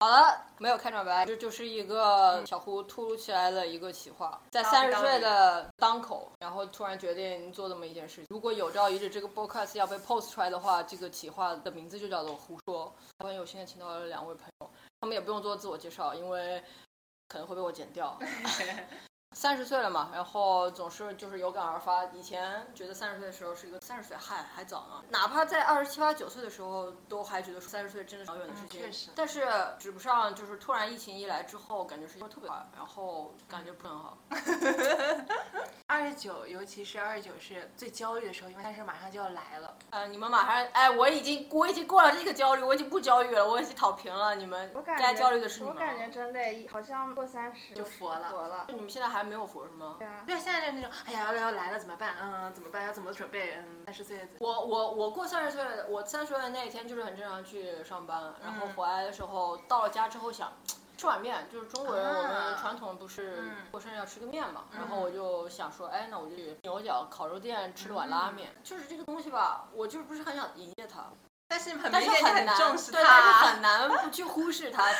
好了，没有开场白，这就是一个小胡突如其来的一个企划，在当三十当岁的当口，然后突然决定做这么一件事情。如果有朝一日这个 podcast 要被 post 出来的话，这个企划的名字就叫做“胡说”。我很有幸的请到了两位朋友，他们也不用做自我介绍，因为可能会被我剪掉。三十岁了嘛，然后总是就是有感而发。以前觉得三十岁的时候是一个三十岁，嗨，还早呢。哪怕在二十七八九岁的时候，都还觉得三十岁真的是遥远的事情。嗯确实但是指不上，就是突然疫情一来之后，感觉时间特别快，然后感觉不是很好。二十九，尤其是二十九是最焦虑的时候，因为但是马上就要来了。呃，你们马上，哎，我已经我已经过了这个焦虑，我已经不焦虑了，我已经躺平了。你们我感该觉焦虑的是你我们感觉了。真的好像过三十就佛了佛了。你们现在还没有佛是吗？对啊，对，现在就是那种，哎呀，要要来了怎么办？嗯，怎么办？要怎么准备？嗯，三十岁我我我过三十岁，我三十岁的那一天就是很正常去上班，然后嗯回来的时候到了家之后想。吃碗面，就是中国人，啊我们传统不是嗯过生日要吃个面嘛。然后我就想说，哎，那我就去牛角烤肉店吃了碗嗯拉面。就是这个东西吧，我就是不是很想营业它，但是很但明是显你很很难，重视对，但是他。很难不去忽视它。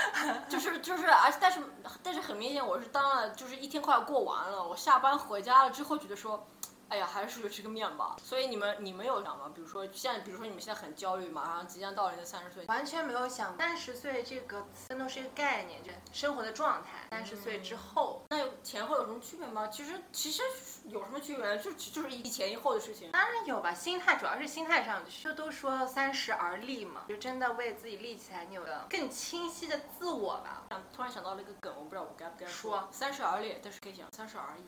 就是就是，而且但是但是很明显，我是当了就是一天快要过完了，我下班回家了之后觉得说。哎呀，还是出去吃个面吧。所以你们你们有想吗？比如说现在，比如说你们现在很焦虑，马上即将到了你的三十岁，完全没有想三十岁这个词真的是一个概念，就是生活的状态。三十岁之后，那前后有什么区别吗？其实其实有什么区别？就就是一前一后的事情。当然有吧，心态主要是心态上，就都说三十而立嘛，就真的为自己立起来，你有个更清晰的自我吧。想突然想到了一个梗，我不知道我该不该说三十而立，但是可以讲三十而已。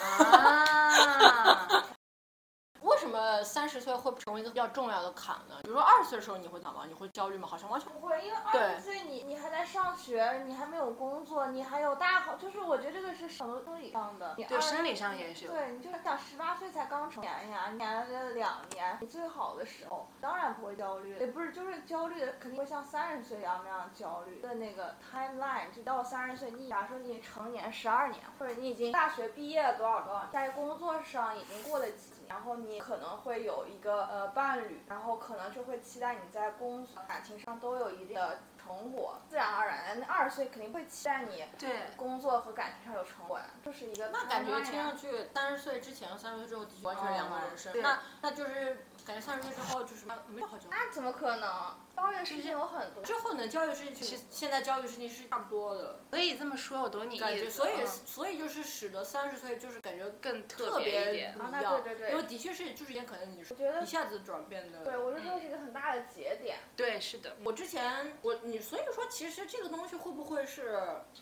啊， 为什么三十岁会成为一个比较重要的坎呢？比如说二十岁的时候你会感吗？你会焦虑吗？好像完全不会，因为对二十岁你你还在上学，你还没有工作，你还有大好，就是我觉得这个是什么生理上的。你对， 20生理上也是有。对，你就是想十八岁才刚成年呀，你谈了两年，你最好的时候当然不会焦虑，也不是就是焦虑的，肯定会像三十岁一样那样焦虑的那个 timeline。直到三十岁，你假如说你已经成年十二年，或者你已经大学毕业了多少多少，在工作上已经过了几年，然后你可能会有一个呃伴侣，然后可能就会期待你在工作、感情上都有一定的成果，自然而然，那二十岁肯定会期待你对，工作和感情上有成果呀，就是一个那感觉 timeline 啊听呀上去三十岁之前和三十岁之后的确哦完全是两个人生。对那那就是感觉三十岁之后就是啊没有好久。那怎么可能？高院事情有很多。之后呢，教育事情是现在教育事情是差不多的可以这么说，我懂你意感思。觉，所以、嗯所以就是使得三十岁就是感觉更特特别别一不一点。样，啊那对对对因为的确是就是也可能你嗯我说觉得一，下子转变的对我觉得这是一个很大的节点。对，是的，我之前我你所以说，其实这个东西会不会是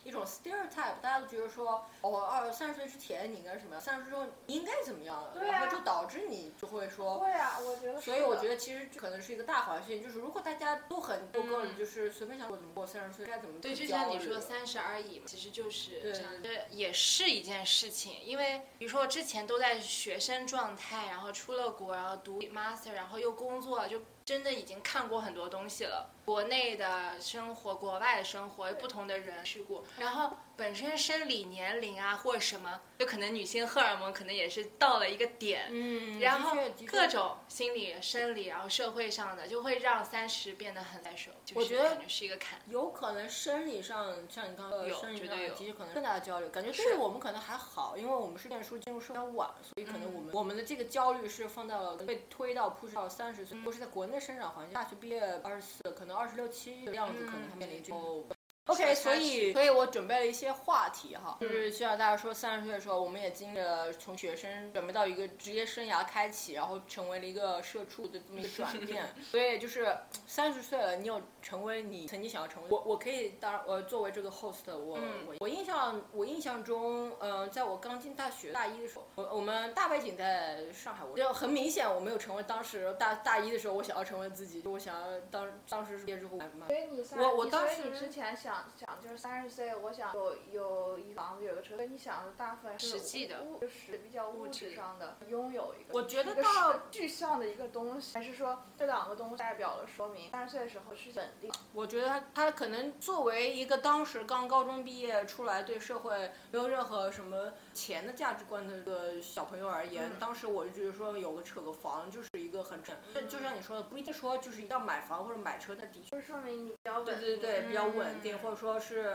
一种 stereotype？大家都觉得说，哦，二三十岁之前你应该是什么样，三十岁之后你应该怎么样了，对啊然后就导致你就会说。对啊，我觉得。哦所以我觉得。得其实这可能是一个大环境，就是如果大家都很都够，你就是随便想我怎么过三十岁该怎么嗯对，去就交像你流说“三十而已”嘛，其实就是对这样，这也是一件事情。因为比如说我之前都在学生状态，然后出了国，然后读 master，然后又工作，就真的已经看过很多东西了，国内的生活、国外的生活，不同的人去过，然后本身生理年龄啊或者什么，就可能女性荷尔蒙可能也是到了一个点，嗯，然后的确的确各种心理、生理，然后社会上的，就会让三十变得很难受，就是我觉得感觉是一个坎。有可能生理上，像你刚刚有说，生理绝上对有其实可能更大的焦虑，感觉对于我们可能还好，因为我们是念书进入社会比较晚，所以可能我嗯们、我们的这个焦虑是放到了被推到 push 到三十岁，或、是在国内生长环境，大学毕业二十四，可能二十六七的样子，嗯可能他面临就。差 OK，距所以所以我准备了一些话题哈，就嗯是就像大家说，三十岁的时候，我们也经历了从学生准备到一个职业生涯开启，然后成为了一个社畜的这么一个转 变。所以就是三十岁了，你有成为你曾经想要成为我，我可以当然我作为这个 host，我、嗯我我印象我印象中，呃，在我刚进大学大一的时候，我我们大背景在上海，我就很明显我没有成为当时大大一的时候我想要成为自己，就我想要当当时毕业之后蛮蛮所以你三，我我当所以你时之前想想想就是三十岁，我想有有一房子，有个车，你想的大部分是实际的物就是比较物物质质上的拥有一个，我觉得一个到实具象的一个东西，还是说这两个东西代表了说明三十岁的时候是稳定的，我觉得他他可能作为一个当时刚高中毕业出来，对社会没有任何什么钱的价值观的一个小朋友而言，嗯当时我就觉得说有个车个房就是一个很正，就就像你说的，不一定说就是一定要买房或者买车，但的确就是说明你比较稳对定。对对，比较稳定，嗯或者说是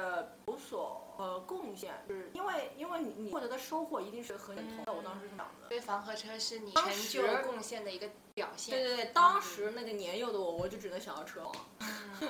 有所呃贡献，就是因为因为你你获得的收获一定是和你同的，我当时想的。所以房和车是你当成时就贡献的一个表对现。对对，当时那个年幼的我，我就只能想要车房。嗯觉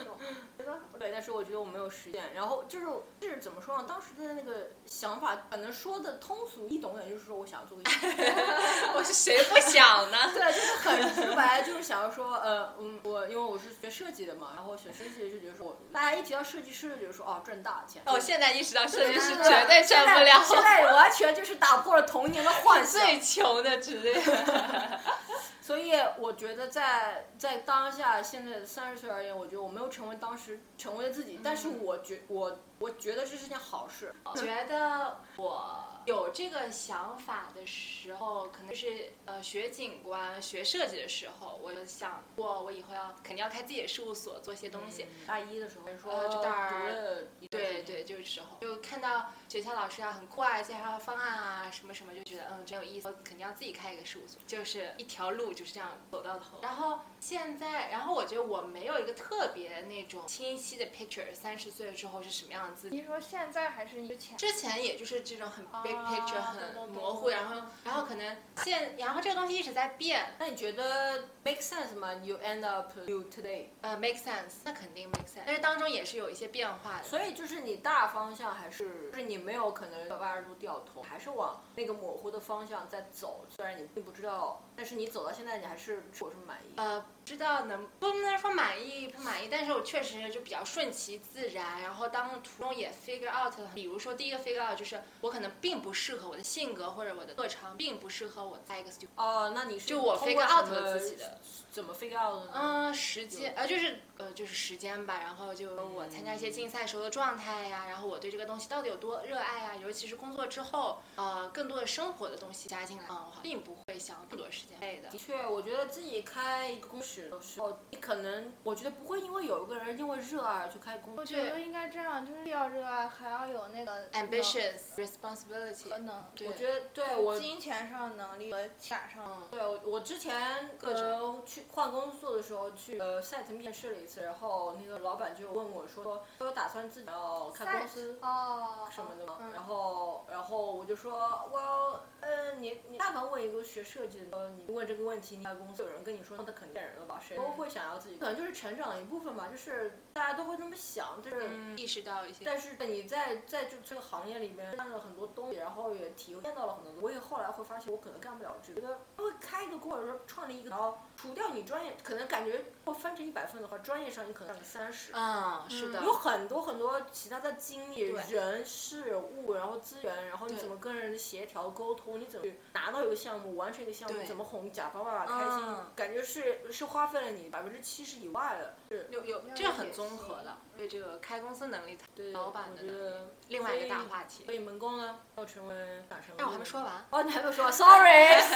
得对，但是我觉得我没有实践。然后就是是怎么说呢？当时的那个想法，可能说的通俗易懂点，就是说我想要做个， 我是谁不想呢？ 对，就是 很直白，就是想要说，呃，嗯，我因为我是学设计的嘛，然后学设计就觉得说，大家一提到设计师就觉得说，哦，赚大钱。我现在意识到设计师是绝对现赚在不了，现在完全就是打破了童年的幻想。最穷的职 业。所以我觉得在在当下现在三十岁而言，我觉得我没有成为当时成为的自己，但是嗯我觉我我觉得这是件好事。觉得我有这个想法的时候，可能是呃学景观、学设计的时候，我就想过我以后要肯定要开自己的事务所，做一些东西。大一的时候说呃读这段儿了一段时对间对，就是时候就看到学校老师啊很怪，介绍方案啊什么什么，就觉得嗯真有意思，我肯定要自己开一个事务所，就是一条路就是这样走到头。然后现在，然后我觉得我没有一个特别那种清晰的 picture，三十岁之后是什么样的自己。你说现在还是之前，之前也就是这种很 big 啊 picture、对对很对模糊，然后然后可能现然后这个东西一直在变，那你觉得 make sense 吗？You end up you today，呃 make sense，那肯定 make sense，但是当中也是有一些变化的。所以就是你大方向还是就是你没有可能八十度掉头，还是往那个模糊的方向在走。虽然你并不知道，但是你走到现在，你还是我是满意。呃，不知道能不能说满意不满意，但是我确实就比较顺其自然，然后当途中也 figure out 了，比如说第一个 figure out 就是我可能并不适合我的性格或者我的特长，并不适合我在一个 studio 哦，那你是呃就我通过 figure out 什么了自己的，怎么 figure out 的呢？嗯，时间呃就是呃就是时间吧，然后就我参加一些竞赛时候的状态呀、然后我对这个东西到底有多热爱呀、尤其是工作之后，呃，更多的生活的东西加进来，嗯，我好并不会想更多时间类的的。确，我觉得自己开一个公司的时候，你可能我觉得不会因为有一个人因为热爱而去开公我司。觉得应该这样，就是要热爱，还要有那个 ambitious responsibility，可能对我觉得对我，金钱上的能力和情感上的能力。嗯，对我我之前各种呃去换工作的时候去呃赛腾面试了一次，然后那个老板就问我说，说打算自己要开公司。哦，什么的嘛，嗯然后，然后我就说，Well，呃，你你但凡问一个学设计的，呃你问这个问题，你在公司有人跟你说，那他肯定骗人了吧？谁都嗯会想要自己，可能就是成长的一部分吧，就是大家都会这么想，就是。意识到一些。但是你在在这这个行业里面看了很多东西，然后也体验到了很多东西。我也后来会发现，我可能干不了这个，觉得会开一个工，或者说创立一个，然后除掉你专业，可能感觉我分成一百份的话，专业上你可能占个三十。嗯，是的有，很多很多其他的经历、对人、事物，然后资源，然后你对怎么跟人协调沟通，你怎么去拿到一个项目，完成一个项目，对怎么哄甲方爸爸开心，嗯感觉是是花费了你百分之七十以外的。是，有有，这个很综合的，对这个开公司能力，对，老板我的觉得另外一个大话题所。以门工呢，要成为想成为。但我还没说完。哦，你还没有 说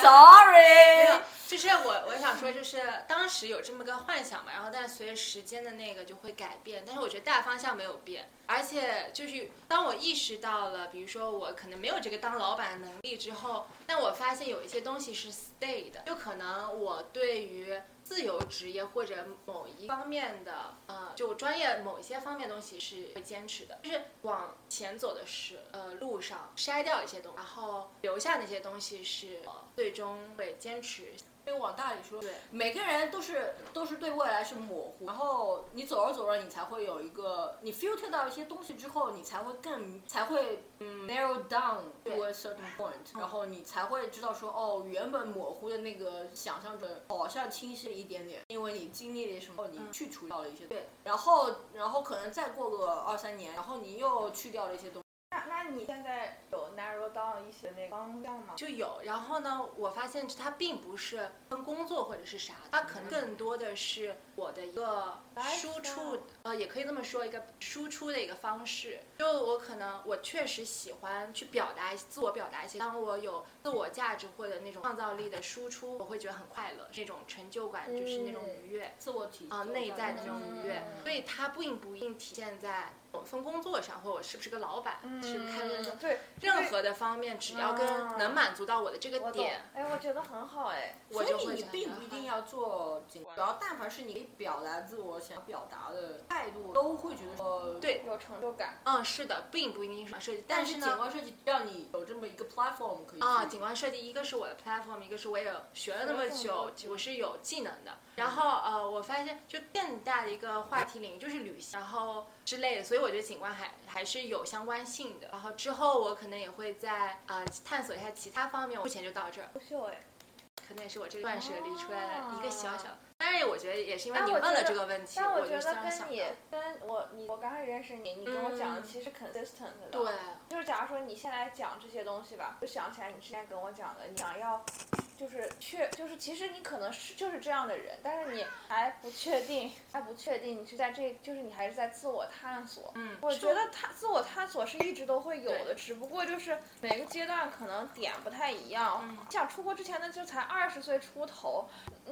，sorry，sorry。 就是我我想说，就是当时有这么个幻想嘛，然后但是随着时间的那个就会改变，但是我觉得大方向没有变，而且就是当我意识到了，比如说我可能没有这个当老板的能力之后，但我发现有一些东西是 stay 的，就可能我对于。自由职业或者某一方面的，呃，就专业某一些方面的东西是会坚持的，就是往前走的是，呃，路上筛掉一些东西，然后留下那些东西是嗯我最终会坚持因为往大里说，对每个人都是都是对未来是模糊，然后你走着走着，你才会有一个你 filter 到一些东西之后，你才会更才会嗯 narrow down to a certain point，、然后你才会知道说哦，原本模糊的那个想象着好像清晰了一点点，因为你经历了什么，你去除掉了一些，对，然后然后可能再过个二三年，然后你又去掉了一些东西。那那你现在有纳入到一些那个方向嘛。就有。然后呢，我发现它并不是跟工作或者是啥，它可能更多的是我的一个输出 Lifestyle，呃，也可以这么说，一个输出的一个方式。就我可能我确实喜欢去表达一自我表达一些，当我有自我价值或者那种创造力的输出，我会觉得很快乐，那种成就感就是那种愉悦。自我提啊，内在的这这种种嗯愉悦，所以它并不一定体现在我份工作上，或者我是不是个老板，是不是开公司，嗯对，任何的方面，只要跟啊能满足到我的这我个懂点，。哎，我觉得很好哎。我就所以会你觉得并很不一好定要做警官，只要但凡是你表达自我想表达的态度，都会觉得说对有成就感，嗯，是的，并不一定是设计，但是是景呢。观设计让你有这么一个 platform 可以啊，去景观设计一个是我的 platform，一个是我也学了那学么了这么久多，我是有技能的。然后呃，我发现就更大的一个话题领域就是旅行，然后之类的，所以我觉得景观还还是有相关性的。然后之后我可能也会在呃探索一下其他方面，目前就到这儿。优秀哎。可能也是我这个断舍离出来的一个小小。当然，我觉得也是因为但你我问觉了得这个问题，但我就觉突得然想跟你到，跟我你我刚开始认识你，你跟我讲的嗯其实 consistent 的。对，就是假如说你现在讲这些东西吧，就想起来你之前跟我讲的，你想要就是确就是其实你可能是就是这样的人，但是你还不确定，还不确定你是在这就是你还是在自我探索。嗯，我是觉得探自我探索是一直都会有的，对只不过就是每个阶段可能点不太一样。嗯想出国之前呢，就才二十岁出头，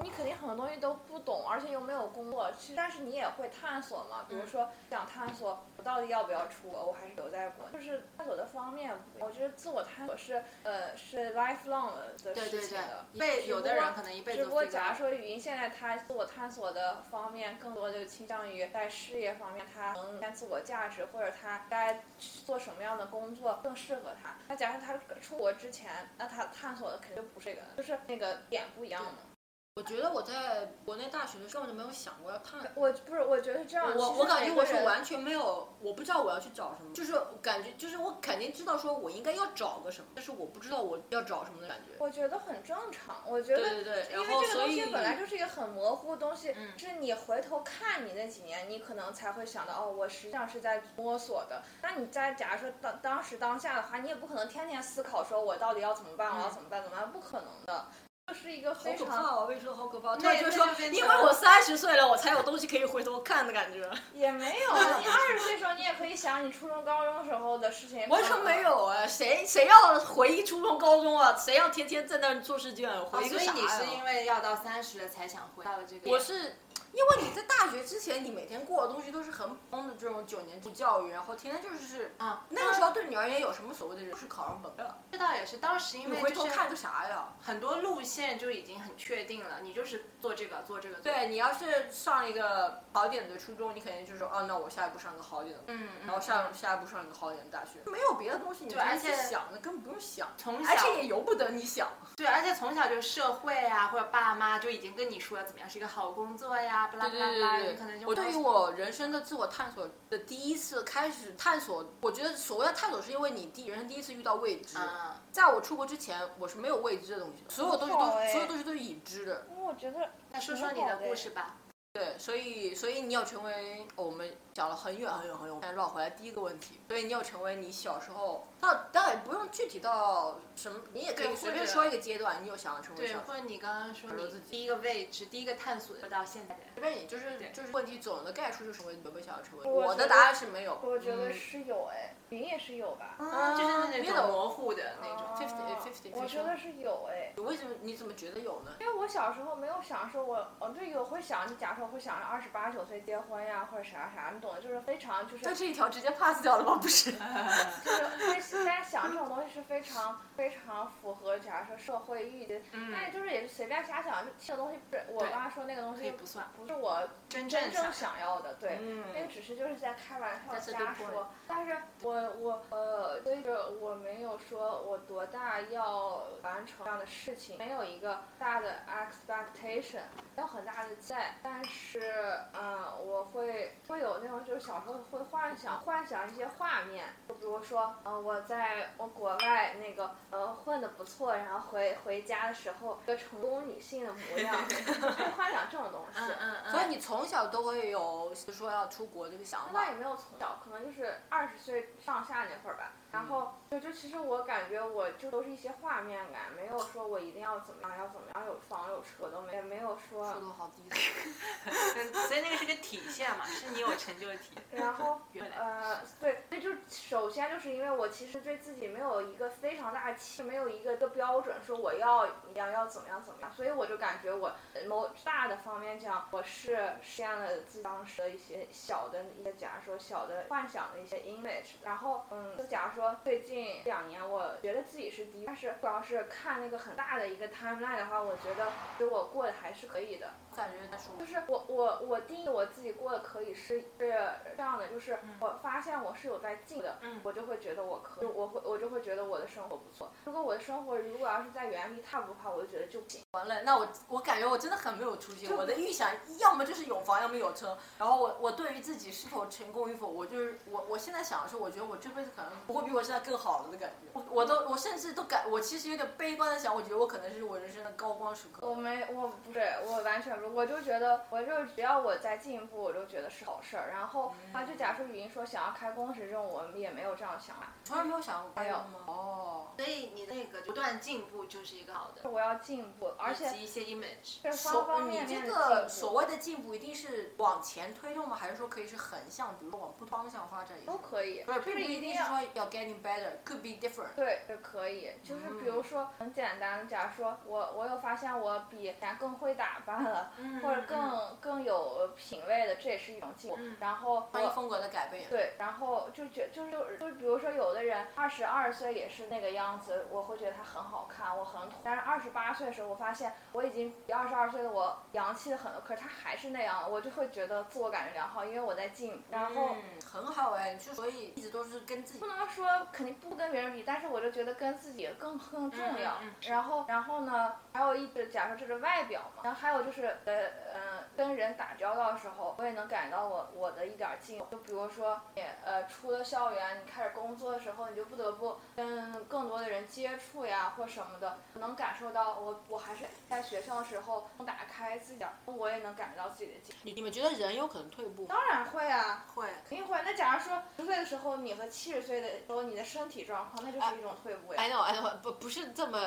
你肯定很多东西都不懂，而且又没有工作，其实但是你也会探索嘛。嗯比如说想探索我到底要不要出国，我还是留在国内，就是探索的方面不一样。我觉得自我探索是呃是 lifelong 的对事对情对的，。一辈只有的不过人可能一辈子只都不过，飞假到如说语音现在他自我探索的方面，更多就倾向于在事业方面，他能在自我价值，或者他该做什么样的工作更适合他。那假设他出国之前，那他探索的肯定就不是这个，就是那个点不一样的。我觉得我在国内大学的时候根本就没有想过要看我不是，我觉得是这样。我其实我感觉每我个是人完全没有，我不知道我要去找什么，就是感觉就是我肯定知道说我应该要找个什么，但是我不知道我要找什么的感觉。我觉得很正常，我觉得对对对，因然为后这个所东以西本来就是一个很模糊的东西，嗯是你回头看你那几年，你可能才会想到哦，我实际上是在摸索的。那你在假如说当当时当下的话，你也不可能天天思考说我到底要怎么办，我要怎么办，怎么办，不可能的。就是一个嗯好非可常怕哦！我跟你说好可怕，突对然觉得对说对对，对因为我三十岁了，我才有东西可以回头看的感觉。也没有，啊你二十岁的时候你也可以想你初中高中时候的事情。完全没有哎，谁谁要回忆初中、高中啊？谁要天天在那儿做试卷？啊回忆个所以啥你是呀因为要到三十了才想回到了这个，我是因为你在大学之前，你每天过的东西都是很普通的这种九年制教育，然后天天就是啊，那个时候对你而言有什么所谓的人？就是考上本科，这倒也是，当时因你为回就头是看个啥呀？很多路线就已经很确定了，你就是做这个做这个，做这个，对你要是上一个好点的初中，你肯定就说哦，那我下一步上个好点的，嗯，嗯然后上下一步上一个好点的大学，没有别的东西，你对而且去想的根本不用想，从小而且也由不得你想。对，而且从小就社会啊或者爸妈就已经跟你说要怎么样是一个好工作呀，巴拉巴拉巴拉，你可能就我对于我人生的自我探索的第一次开始探索，我觉得所谓的探索是因为你第人生第一次遇到未知。啊，在我出国之前，我是没有未知的东西的，所有东西都好哎所有东西都是已知的。因为我觉得那说说你的故事吧，对，所以所以你有成为、哦我们讲了很远很远很远，但绕回来第一个问题，所以你有成为你小时候，到当然不用具体到什么，你也可对以随便或者说一个阶段，你有想要成为对，什么。或者你刚刚说比如你自己第一个位置，第一个探索到现在的人，随便你就是对就是问题总的概述就是我有没有想要成为？我我觉的得答案是没有。我觉得是有哎，云也是有吧。啊就是那别种的模糊的那种。50-50啊我觉得是有哎。你为什么你怎么觉得有呢？因为我小时候没有想说我，我对有会想，你假设我会想着二十八九岁结婚呀，或者啥啥，你懂的，就是非常就是 这一条直接 pass 掉了吗？不是，就是会，大家想这种东西是非常非常符合假设社会预期，嗯但是就是也是随便瞎想，就这个东西不是我对刚才说那个东可以西不算不是我真真正想正想要的，对。那个嗯，只是就是在开玩笑 That's a 瞎 good point. 说，但是我我呃，所以就是我没有说我多大要完成这样的事情，没有一个大的 expectation，没有很大的期待，但是，嗯，我会会有那种就是小时候会幻想幻想一些画面，就比如说，呃，我在我国外那个呃混的不错，然后回回家的时候，一个成功女性的模样，会幻想这种东西。嗯嗯，所以你从小都会有说要出国这个想那法也。没有从小，可能就是二十岁上下那会儿吧。嗯然后就就其实我感觉我就都是一些画面感，没有说我一定要怎么样，要怎么样，有房有车都没，也没有说说的好低，嗯所以那个是个体现嘛，是你有成就的 体现。然后原来呃，对，那就首先就是因为我其实对自己没有一个非常大的期，没有一个一个标准，说我要要要怎么样怎么样，所以我就感觉我呃某大的方面讲，我是实现了自己当时的一些小的一些，假如说小的幻想的一些 image。然后嗯，就假如说最近两年，我觉得自己是第一，但是主要是看那个很大的一个 timeline 的话，我觉得对我过得还是可以的。我感觉在说就。是我我我定义我自己过得可以是是这样的，就是嗯我发现我是有在进步的，嗯我就会觉得我可以，我会我就会觉得我的生活不错。如果我的生活如果要是在原地踏步的话，我就觉得就不行。完了，那我我感觉我真的很没有出息。就我的预想，要么就是有房，要么有车。然后我我对于自己是否成功与否，我就是我我现在想的是，我觉得我这辈子可能不会比我现在更好了的感觉。我我都我甚至都感，我其实有点悲观的想，我觉得我可能是我人生的高光时刻。我没我不对，我完全不，我就觉得我就只要我在进步，我就觉得是好事儿。然后嗯他就假如说语音说想要开工时这种，我们也没有这样的想法。从来没有想过没有吗？哦，所以你那个不断进步就是一个好的，我要进步，而且以及一些 image。是方所嗯方你面这面的个进步所谓的进步，一定是往前推动吗？还是说可以是横向，比如说往不同方向发展也行？都可以，不是，就并不是哦一一定定是要。说要 getting better，could be different。对，也可以，就是嗯比如说很简单的，假如说我我有发现我比以前更会打扮了，嗯或者更更有品味的，这也是一种进步。嗯然后穿衣我。风格的改变。嗯对，然后就觉就是就是，比如说有的人二十二岁也是那个样子，我会觉得他很好看，我很土。但是二十八岁的时候，我发现我已经比二十二岁的我洋气的很了，可是他还是那样，我就会觉得自我感觉良好，因为我在进步。然后、嗯，很好哎，就所以一直都是跟自己哦不。能说肯定不跟别人比，但是我就觉得跟自己更更重要。嗯嗯然后，然后呢，还有一个，假设这是外表嘛，然后还有就是，呃，呃，跟人打交道的时候，我也能感到我我的一点儿进步。就比如说，你呃，出了校园，你开始工作的时候，你就不得不跟更多的人接触呀，或什么的，能感受到我我还是在学校的时候能打开自己的，我也能感觉到自己的进步。你你们觉得人有可能退步？当然会啊，会，肯定会。那假如说十岁的时候，你和七十岁的时候，你的身体状况，那就是一种退步呀。 I know I know，不不是这么，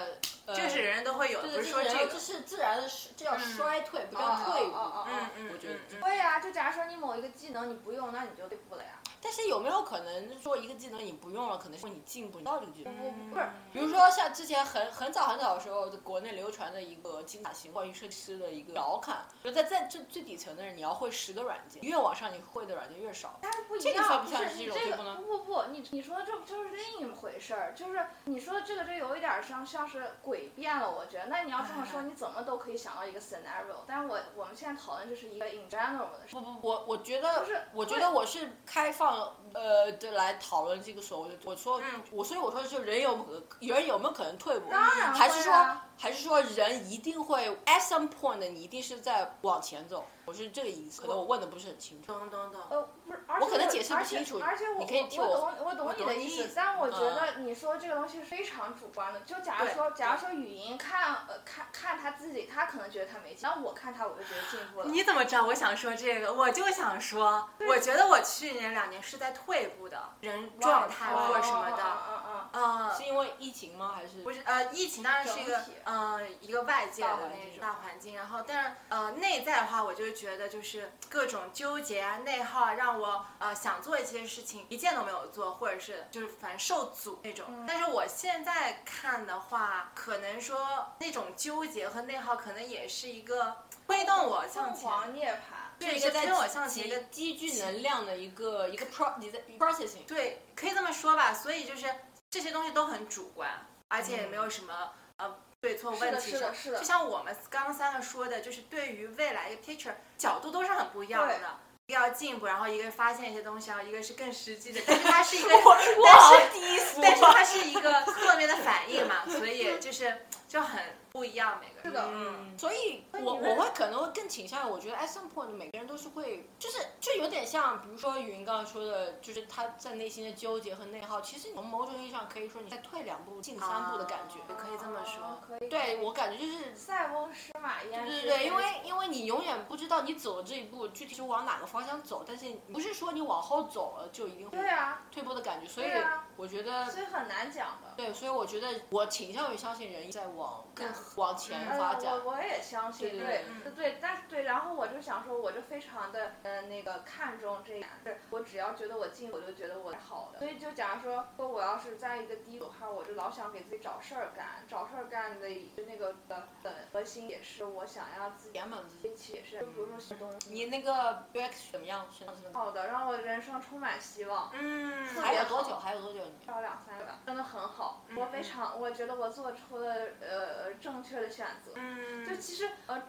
呃、这是人人都会有的，对不对是说人这这个。是自然的衰，这叫衰退，不嗯哦叫退步。哦哦哦嗯嗯，我觉得嗯嗯会啊呀、就假如说你某一个技能你不用，那你就退步了呀。但是有没有可能说一个技能你不用了，可能是你进步，你到这嗯个技能？不是，比如说像之前很很早很早的时候，国内流传的一个金卡型关于设计师的一个调侃，就在在最最底层的人，你要会十个软件，越往上你会的软件越少。但是不一这个算样，不就算是是你一种这退个步呢不不不，你你说的这就是另一回事儿，就是你说的这个这有一点儿像像是诡辩了，我觉得。那你要这么嗯说，你怎么都可以想到一个 scenario。但是我我们现在讨论就是一个 in general 的事，不不，我我觉得就是我觉得我是开放呃的来讨论这个所谓的，我说、嗯我所以我说就人有可人有没有可能退步，当然还是会说啊还是说人一定会 at some point 你一定是在往前走，我是这个意思，可能我问的不是很清楚。懂懂懂。呃，不是，而我且可能解释不而且清楚而且我你可以替我我懂我懂我你懂的你意意思，思嗯但我觉得你说这个东西是非常主观的。就假如对说，假如说语音看呃看看他自己，他可能觉得他没进，那我看他我就觉得进步了。你怎么知道我想说这个？我就想说，我觉得我去年两年是在退步的人状态哦或者什么的，嗯嗯哦嗯，是因为疫情吗？还是不是呃，疫情当然是一个整体嗯、呃、一个外界的大那环种境大环境，然后但是呃内在的话，我就觉得就是各种纠结啊、内耗啊，让我呃想做一些事情一件都没有做，或者是就是反正受阻那种。嗯但是我现在看的话，可能说那种纠结和内耗，可能也是一个推动我嗯，凤向前，凰涅槃。对，一一个个在推动我向积前一个积聚能量的一个一个 pro 你在 processing。对，可以这么说吧。所以就是这些东西都很主观，而且也没有什么、呃对错问题是的什么是的就像我们刚刚三个说的，就是对于未来的 picture 角度都是很不一样对的。一个要进步，然后一个发现一些东西，然后一个是更实际的， 但是它是一个我好低俗啊但是它是一个侧面的反应嘛，所以就是就很不一样，每个人。是的嗯，所以我，所以我你们会可能会更倾向，我觉得哎 at some point 每个人都是会，就是就有点像，比如说云刚刚说的，就是他在内心的纠结和内耗，其实你从某种意义上可以说你再退两步进三步的感觉。啊可以这么说哦可以。对我感觉就是塞翁失马焉对知对对，因为因为你永远不知道你走的这一步具体是往哪个方向走，但是不是说你往后走了就一定会对啊，退步的感觉，所以呃对啊我觉得。所以很难讲的。对，所以我觉得我倾向于相信人在往更嗯往前呃发展。我我也相信，对对对对嗯对，但是对，然后我就想说，我就非常的呃那个看重这一点，是我只要觉得我进，我就觉得我是好的。所以就假如说，说我要是在一个低谷的话，我就老想给自己找事儿干，找事儿干的就那个的的核心也是我想要自己填满自己。一起也是，就比如说学东西，你那个 break 怎么样？是好的，让我人生充满希望。嗯，还有多久？还有多久？到两三个，真的很好，嗯我非常，我觉得我做出了呃正确的选择。嗯，就其实呃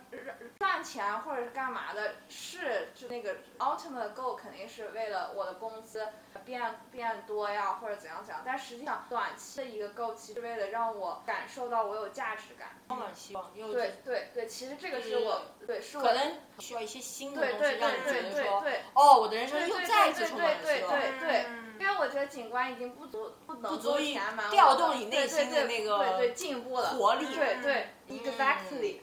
赚钱或者是干嘛的，是就那个 ultimate goal 肯定是为了我的工资变变多呀，或者怎样怎样。但实际上短期的一个 goal 其实为了让我感受到我有价值感。充满希望，又对对对，其实这个是我对是我嗯可能需要一些新的对东西，对对让你觉对得对说，对。哦，我的人生对又对再一次对充满了对希对望。对对嗯因为我觉得景观已经不足不能不足够以填满我调的动你内对对心的对那个对对进步了活力对对嗯，exactly，